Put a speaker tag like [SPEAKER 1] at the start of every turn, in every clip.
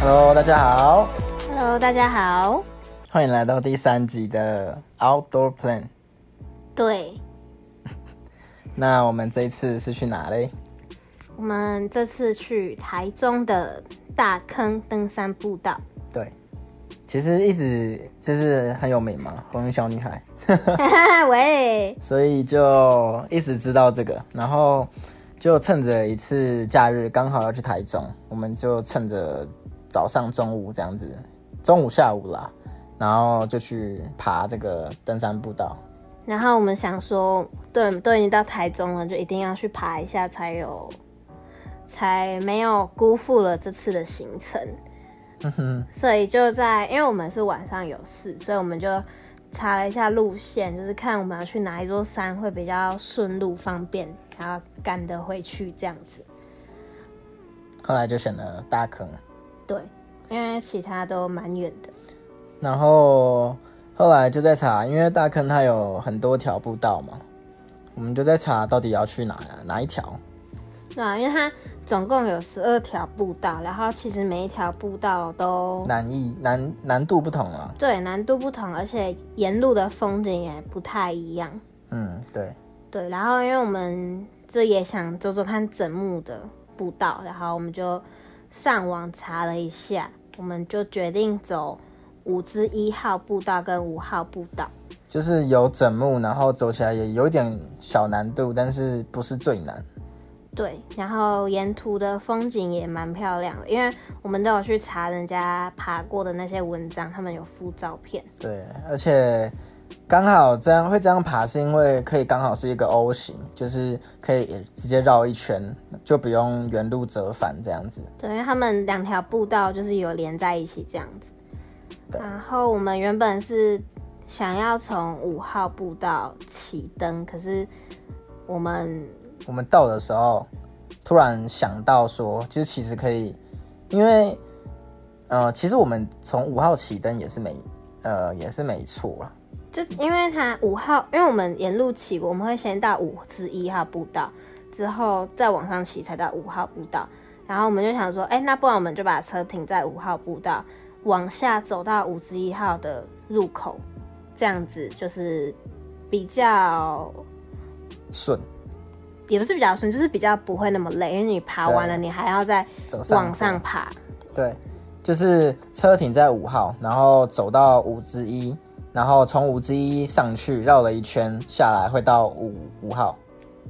[SPEAKER 1] 大家好，
[SPEAKER 2] Hello，大家好。
[SPEAKER 1] 欢迎来到第三集的 Outdoor Plan。
[SPEAKER 2] 对
[SPEAKER 1] 那我们这一次是去哪嘞？
[SPEAKER 2] 我们这次去台中的大坑登山步道，
[SPEAKER 1] 对，其实一直就是很有名嘛，红衣小女孩，
[SPEAKER 2] 喂，
[SPEAKER 1] 所以就一直知道这个。然后就趁着一次假日，刚好要去台中，我们就趁着早上、中午这样子，中午、下午啦，然后就去爬这个登山步道。
[SPEAKER 2] 然后我们想说，对，都已经到台中了，就一定要去爬一下，才有，才没有辜负了这次的行程。所以就在，因为我们是晚上有事，所以我们就查了一下路线，就是看我们要去哪一座山会比较顺路方便，然后赶得回去这样子。
[SPEAKER 1] 后来就选了大坑。
[SPEAKER 2] 对，因为其他都蛮远的。
[SPEAKER 1] 然后后来就在查，因为大坑它有很多条步道嘛，我们就在查到底要去哪哪一条。
[SPEAKER 2] 对啊，因为它总共有十二条步道，然后其实每一条步道都
[SPEAKER 1] 难易难难度不同啊。
[SPEAKER 2] 对难度不同，而且沿路的风景也不太一样。
[SPEAKER 1] 嗯，对，
[SPEAKER 2] 对，然后因为我们这也想走走看整木的步道，然后我们就上网查了一下，我们就决定走五之一号步道跟五号步道。
[SPEAKER 1] 就是有整木，然后走起来也有点小难度，但是不是最难。
[SPEAKER 2] 对，然后沿途的风景也蛮漂亮的，因为我们都有去查人家爬过的那些文章，他们有附照片。
[SPEAKER 1] 对，而且刚好这样会这样爬，是因为可以刚好是一个 O 型，就是可以直接绕一圈，就不用原路折返这样子。
[SPEAKER 2] 对，因为他们两条步道就是有连在一起这样子。然后我们原本是想要从五号步道起登，可是我们
[SPEAKER 1] 我们到的时候，突然想到说，就是其实可以，因为呃，其实我们从五号起登也是没呃也是没错啦。
[SPEAKER 2] 就因为它五号，因为我们沿路骑过，我们会先到五至一号步道，之后再往上骑才到五号步道。然后我们就想说，哎、那不然我们就把车停在五号步道，往下走到五至一号的入口，这样子就是比较
[SPEAKER 1] 顺
[SPEAKER 2] 也不是比较顺，就是比较不会那么累，因为你爬完了，
[SPEAKER 1] 对
[SPEAKER 2] 你还要再
[SPEAKER 1] 走上
[SPEAKER 2] 往上爬。
[SPEAKER 1] 对，就是车停在五号，然后走到五之一，然后从五之一上去绕了一圈下来，会到五五号。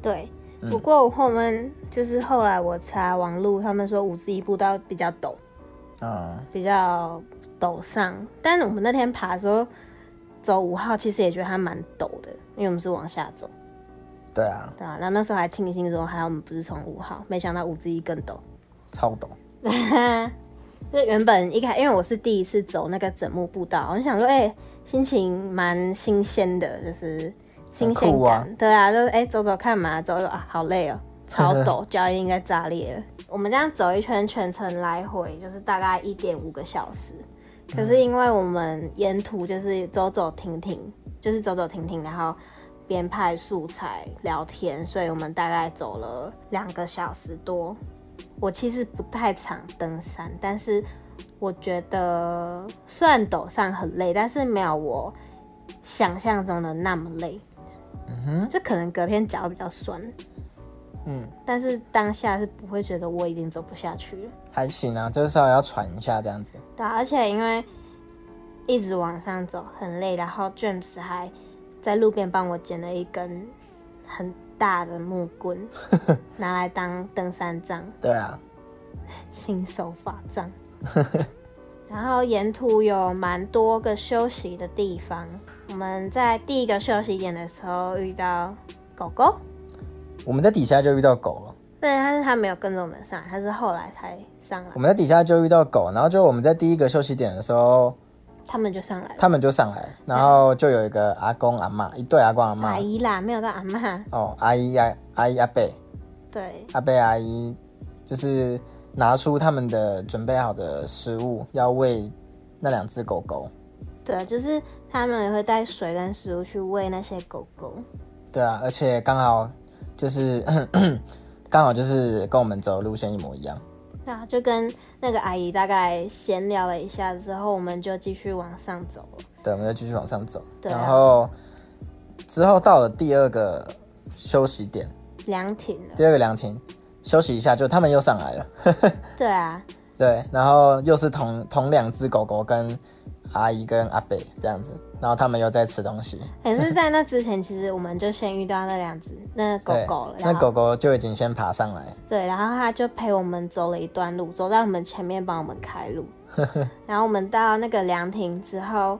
[SPEAKER 2] 对，不过我们就是后来我查网路，他们说五十一步道比较陡，
[SPEAKER 1] 嗯，
[SPEAKER 2] 比较陡上，但是我们那天爬的时候走五号，其实也觉得它蛮陡的，因为我们是往下走，
[SPEAKER 1] 对啊，
[SPEAKER 2] 对啊，然后那时候还庆幸说，还好我们不是从五号，没想到五之一更陡。
[SPEAKER 1] 超陡。
[SPEAKER 2] 就原本一开，因为我是第一次走那个整木步道，我就想说，哎、心情蛮新鲜的，就是新鲜
[SPEAKER 1] 很酷
[SPEAKER 2] 感，
[SPEAKER 1] 啊
[SPEAKER 2] 对啊，就是哎、走走看嘛，走走啊，好累哦，超陡， 脚应该炸裂了。我们这样走一圈，全程来回就是大概一点五个小时，可是因为我们沿途就是走走停停，就是走走停停，然后边拍素材聊天，所以我们大概走了两个小时多。我其实不太常登山，但是我觉得虽然陡上很累，但是没有我想象中的那么累。嗯哼，就可能隔天脚比较酸，
[SPEAKER 1] 嗯，
[SPEAKER 2] 但是当下是不会觉得我已经走不下去了。
[SPEAKER 1] 还行啊，就是稍微要喘一下这样子。
[SPEAKER 2] 对啊、而且因为一直往上走很累，然后 James 还在路边帮我捡了一根很大的木棍，拿来当登山杖。
[SPEAKER 1] 对啊，
[SPEAKER 2] 新手法杖。 然后沿途有蛮多个休息的地方。我们在第一个休息点的时候遇到狗狗，
[SPEAKER 1] 我们在底下就遇到狗了。
[SPEAKER 2] 但是它是它没有跟着我们上来，它是后来才上来
[SPEAKER 1] 我，们在底下就遇到狗，然后就我们在第一个休息点的时候，
[SPEAKER 2] 他们就上来了。
[SPEAKER 1] 他们就上来，然后就有一个阿公阿嬷，一对阿公阿
[SPEAKER 2] 阿
[SPEAKER 1] 嬷，
[SPEAKER 2] 姨啦，没有到阿妈。
[SPEAKER 1] 哦，阿姨阿阿姨阿伯
[SPEAKER 2] 对
[SPEAKER 1] 阿伯阿姨，就是拿出他们的准备好的食物，要喂那两只狗狗。
[SPEAKER 2] 对，啊就是他们也会带水跟食物去喂那些狗狗。
[SPEAKER 1] 对啊，而 且刚好就是刚好就是跟我们走的路线一模一样，
[SPEAKER 2] 对啊，就跟那个阿姨大概闲聊了一下之后，我们就继续往上走了。
[SPEAKER 1] 对，我们就继续往上走。
[SPEAKER 2] 对啊
[SPEAKER 1] 然后之后到了第二个休息点，
[SPEAKER 2] 凉亭了，
[SPEAKER 1] 第二个凉亭休息一下，就他们又上来了。
[SPEAKER 2] 对啊，
[SPEAKER 1] 对，然后又是同同两只狗狗跟阿姨跟阿北这样子，然后他们又在吃东西。
[SPEAKER 2] 可是，在那之前，其实我们就先遇到那两只那狗
[SPEAKER 1] 对
[SPEAKER 2] 狗了，
[SPEAKER 1] 那
[SPEAKER 2] 然后
[SPEAKER 1] 狗狗就已经先爬上来，
[SPEAKER 2] 对，然后它就陪我们走了一段路，走在我们前面帮我们开路。然后我们到那个凉亭之后，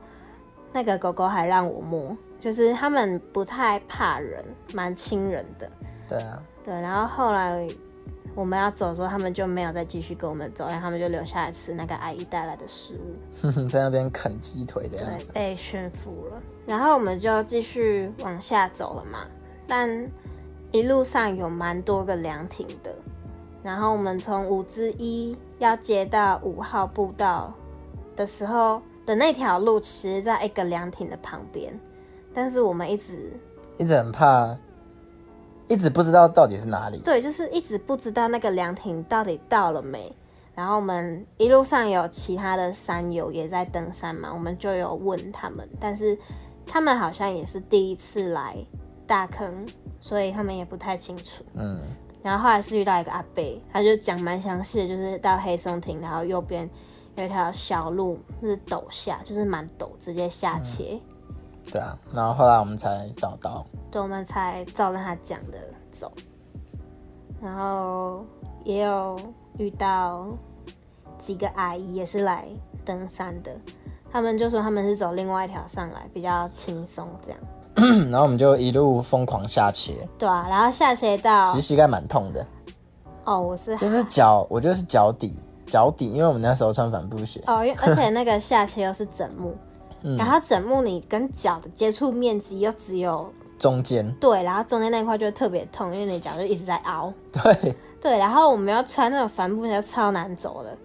[SPEAKER 2] 那个狗狗还让我摸，就是它们不太怕人，蛮亲人的。
[SPEAKER 1] 对啊，
[SPEAKER 2] 对，然后后来我们要走的时候，他们就没有再继续跟我们走，然后他们就留下来吃那个阿姨带来的食物。
[SPEAKER 1] 在那边啃鸡腿的样
[SPEAKER 2] 对
[SPEAKER 1] 子。，
[SPEAKER 2] 被驯服了。然后我们就继续往下走了嘛，但一路上有蛮多个凉亭的。然后我们从五之一要接到五号步道的时候的那条路，其实在一个凉亭的旁边，但是我们一直
[SPEAKER 1] 一直很怕，一直不知道到底是哪里。
[SPEAKER 2] 对，就是一直不知道那个凉亭到底到了没。然后我们一路上有其他的山友也在登山嘛，我们就有问他们，但是他们好像也是第一次来大坑，所以他们也不太清楚。
[SPEAKER 1] 嗯，
[SPEAKER 2] 然后后来是遇到一个阿伯，他就讲蛮详细的，就是到黑松亭，然后右边有一条小路是陡下，就是蛮陡，直接下
[SPEAKER 1] 嗯
[SPEAKER 2] 切。
[SPEAKER 1] 对啊。然后后来我们才找到，
[SPEAKER 2] 对，我们才照着他讲的走。然后也有遇到几个阿姨也是来登山的，他们就说他们是走另外一条上来，比较轻松这样。
[SPEAKER 1] 然后我们就一路疯狂下切，
[SPEAKER 2] 对啊，然后下斜道
[SPEAKER 1] 其实膝盖蛮痛的，
[SPEAKER 2] 哦，我是
[SPEAKER 1] 就是脚，我觉得是脚底，脚底，因为我们那时候穿帆布鞋，
[SPEAKER 2] 哦，因为而且那个下斜又是枕木，
[SPEAKER 1] 嗯
[SPEAKER 2] 然后枕木你跟脚的接触面积又只有
[SPEAKER 1] 中间，
[SPEAKER 2] 对，然后中间那一块就会特别痛，因为你脚就一直在凹。
[SPEAKER 1] 对，
[SPEAKER 2] 对，然后我们要穿那种帆布鞋，超难走的，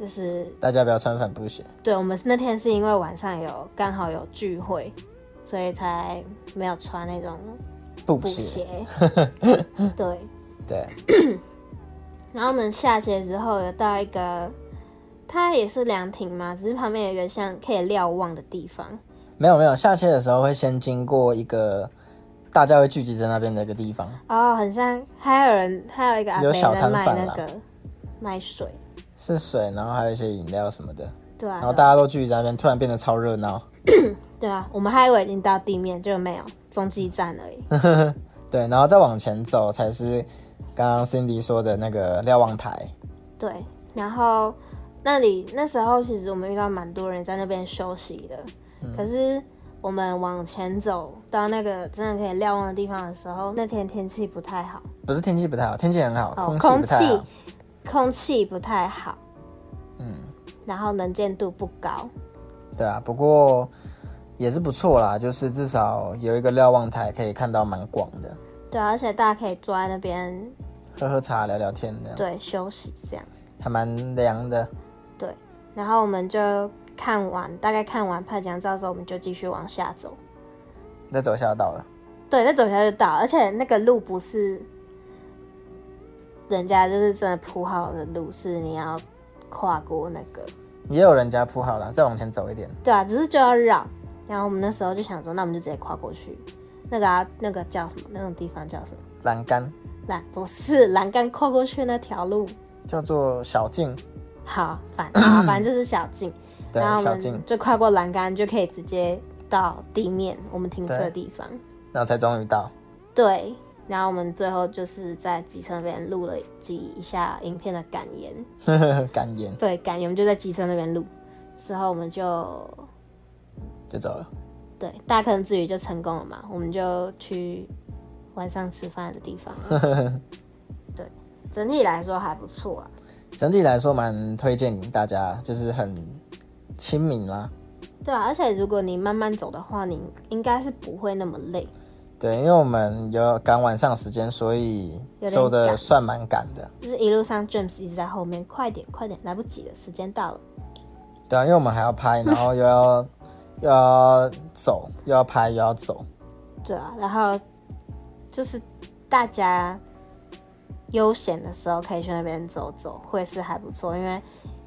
[SPEAKER 2] 就是
[SPEAKER 1] 大家不要穿帆布鞋。
[SPEAKER 2] 对，我们是那天是因为晚上有刚好有聚会，所以才没有穿那种
[SPEAKER 1] 布
[SPEAKER 2] 布
[SPEAKER 1] 鞋，
[SPEAKER 2] 鞋。对，
[SPEAKER 1] 对，
[SPEAKER 2] 然后我们下鞋之后有到一个，它也是凉亭嘛，只是旁边有一个像可以瞭望的地方。
[SPEAKER 1] 没有没有，下切的时候会先经过一个大家会聚集在那边的一个地方，
[SPEAKER 2] 哦，很像，还有人，还有一个阿伯
[SPEAKER 1] 有小
[SPEAKER 2] 在
[SPEAKER 1] 摊
[SPEAKER 2] 卖
[SPEAKER 1] 贩
[SPEAKER 2] 那
[SPEAKER 1] 啦
[SPEAKER 2] 个卖水，
[SPEAKER 1] 是水，然后还有一些饮料什么的，
[SPEAKER 2] 对啊
[SPEAKER 1] 然后，大家都聚集在那边，突然变得超热闹。
[SPEAKER 2] 对啊，我们还以为已经到地面，就没有中继站而已。
[SPEAKER 1] 对，然后再往前走才是刚刚 Cindy 说的那个瞭望台。
[SPEAKER 2] 对，然后那里那时候其实我们遇到蛮多人在那边休息的，
[SPEAKER 1] 嗯
[SPEAKER 2] 可是我们往前走到那个真的可以瞭望的地方的时候，那天天气不太好，
[SPEAKER 1] 不是天气不太好，天气很好，
[SPEAKER 2] 哦，
[SPEAKER 1] 气
[SPEAKER 2] 空
[SPEAKER 1] 不太好。
[SPEAKER 2] 空气不太好，
[SPEAKER 1] 嗯，
[SPEAKER 2] 然后能见度不高，
[SPEAKER 1] 对啊，不过也是不错啦，就是至少有一个瞭望台可以看到蛮广的，
[SPEAKER 2] 对啊、而且大家可以坐在那边
[SPEAKER 1] 喝喝茶聊聊天的，
[SPEAKER 2] 对休息这样，
[SPEAKER 1] 还蛮凉的。
[SPEAKER 2] 对，然后我们就看完大概看完拍奖照之后，我们就继续往下走，
[SPEAKER 1] 再走下道了，
[SPEAKER 2] 对，再走下就到，而且那个路不是人家就是真的铺好的路，是你要跨过那个，
[SPEAKER 1] 也有人家铺好了，再往前走一点。
[SPEAKER 2] 对啊，只是就要绕。然后我们那时候就想说，那我们就直接跨过去。那个啊，那个叫什么？那种地方叫什么？
[SPEAKER 1] 栏杆
[SPEAKER 2] 栏不是栏杆跨过去那条路，
[SPEAKER 1] 叫做小径，
[SPEAKER 2] 好反 啊，反正就是小径。
[SPEAKER 1] 对
[SPEAKER 2] 然，后我
[SPEAKER 1] 小径
[SPEAKER 2] 们，就跨过栏杆，就可以直接到地面我们停车的地方。
[SPEAKER 1] 然后才终于到。
[SPEAKER 2] 对，然后我们最后就是在机车那边录了几一下影片的感言。
[SPEAKER 1] 干烟
[SPEAKER 2] 对，感觉我们就在机车那边录，之后我们就
[SPEAKER 1] 就走了。
[SPEAKER 2] 对大家可能之旅就成功了嘛，我们就去晚上吃饭的地方。对，整体来说还不错啊。
[SPEAKER 1] 整体来说蛮推荐大家，就是很亲民啦。
[SPEAKER 2] 对啊，而且如果你慢慢走的话，你应该是不会那么累。
[SPEAKER 1] 对，因为我们有赶晚上时间，所以
[SPEAKER 2] 有点
[SPEAKER 1] 走的
[SPEAKER 2] 赶
[SPEAKER 1] 算蛮赶的。
[SPEAKER 2] 就是一路上 James 一直在后面，快点，快点，来不及了，时间到了。
[SPEAKER 1] 对啊，因为我们还要拍，然后又要又要走，又要拍，又要走。
[SPEAKER 2] 对啊，然后就是大家悠闲的时候可以去那边走走，会是还不错，因为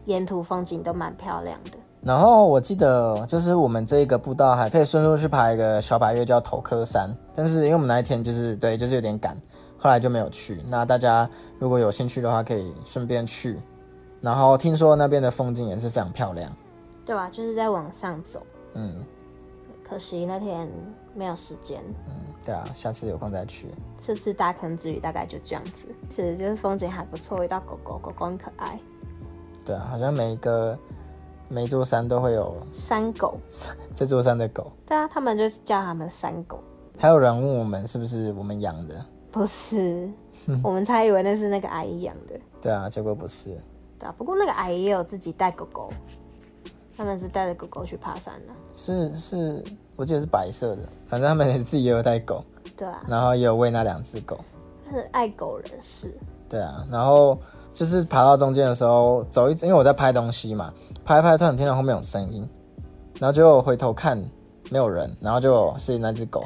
[SPEAKER 2] 沿途风景都蛮漂亮的。
[SPEAKER 1] 然后我记得就是我们这个步道还可以顺路去爬一个小百岳，叫头科山，但是因为我们那一天就是对，就是有点赶，后来就没有去。那大家如果有兴趣的话，可以顺便去。然后听说那边的风景也是非常漂亮，
[SPEAKER 2] 对吧、就是在往上走，
[SPEAKER 1] 嗯，
[SPEAKER 2] 可惜那天没有时间。
[SPEAKER 1] 对啊，下次有空再去。
[SPEAKER 2] 这次大坑之旅大概就这样子，其实就是风景还不错，遇到狗狗，狗狗很可爱，
[SPEAKER 1] 对啊，好像每一个每一座山都会有
[SPEAKER 2] 山狗，
[SPEAKER 1] 这座山的狗。
[SPEAKER 2] 对啊，他们就是叫他们山狗，
[SPEAKER 1] 还有人问我们是不是我们养的，
[SPEAKER 2] 不是，我们才以为那是那个阿姨养的，
[SPEAKER 1] 对啊，结果不是。
[SPEAKER 2] 对啊，不过那个阿姨也有自己带狗狗，他们是带着狗狗去爬山的、
[SPEAKER 1] 是是，我记得是白色的，反正他们也自己也有带狗，
[SPEAKER 2] 对啊，
[SPEAKER 1] 然后也有喂那两只狗，
[SPEAKER 2] 他是爱狗人士，
[SPEAKER 1] 对啊，然后就是爬到中间的时候，走一，因为我在拍东西嘛，拍一拍，突然听到后面有声音，然后就回头看没有人，然后就是那只狗，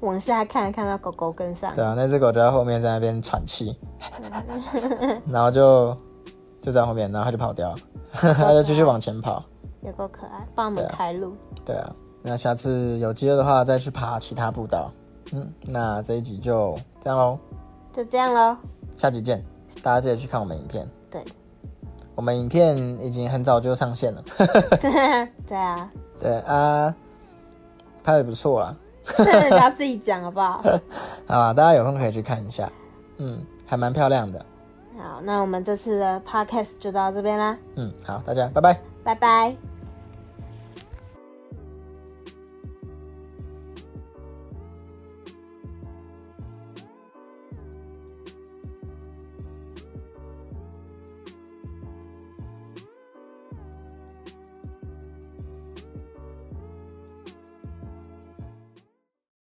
[SPEAKER 2] 往下看看到狗狗跟上，
[SPEAKER 1] 对啊，那只狗就在后面在那边喘气，然后就就在后面，然后它就跑掉了，它就继续往前跑，
[SPEAKER 2] 有够可爱，帮我们开路。
[SPEAKER 1] 对啊，那下次有机会的话再去爬其他步道，嗯，那这一集就这样喽。
[SPEAKER 2] 就这样喽。
[SPEAKER 1] 下集见，大家记得去看我们影片。
[SPEAKER 2] 对，
[SPEAKER 1] 我们影片已经很早就上线了，
[SPEAKER 2] 对啊，
[SPEAKER 1] 对啊，拍的不错啦，
[SPEAKER 2] 不要自己讲好不好？
[SPEAKER 1] 啊，大家有空可以去看一下，嗯，还蛮漂亮的，
[SPEAKER 2] 好，那我们这次的 podcast 就到这边啦，
[SPEAKER 1] 嗯，好，大家拜拜。
[SPEAKER 2] 拜拜。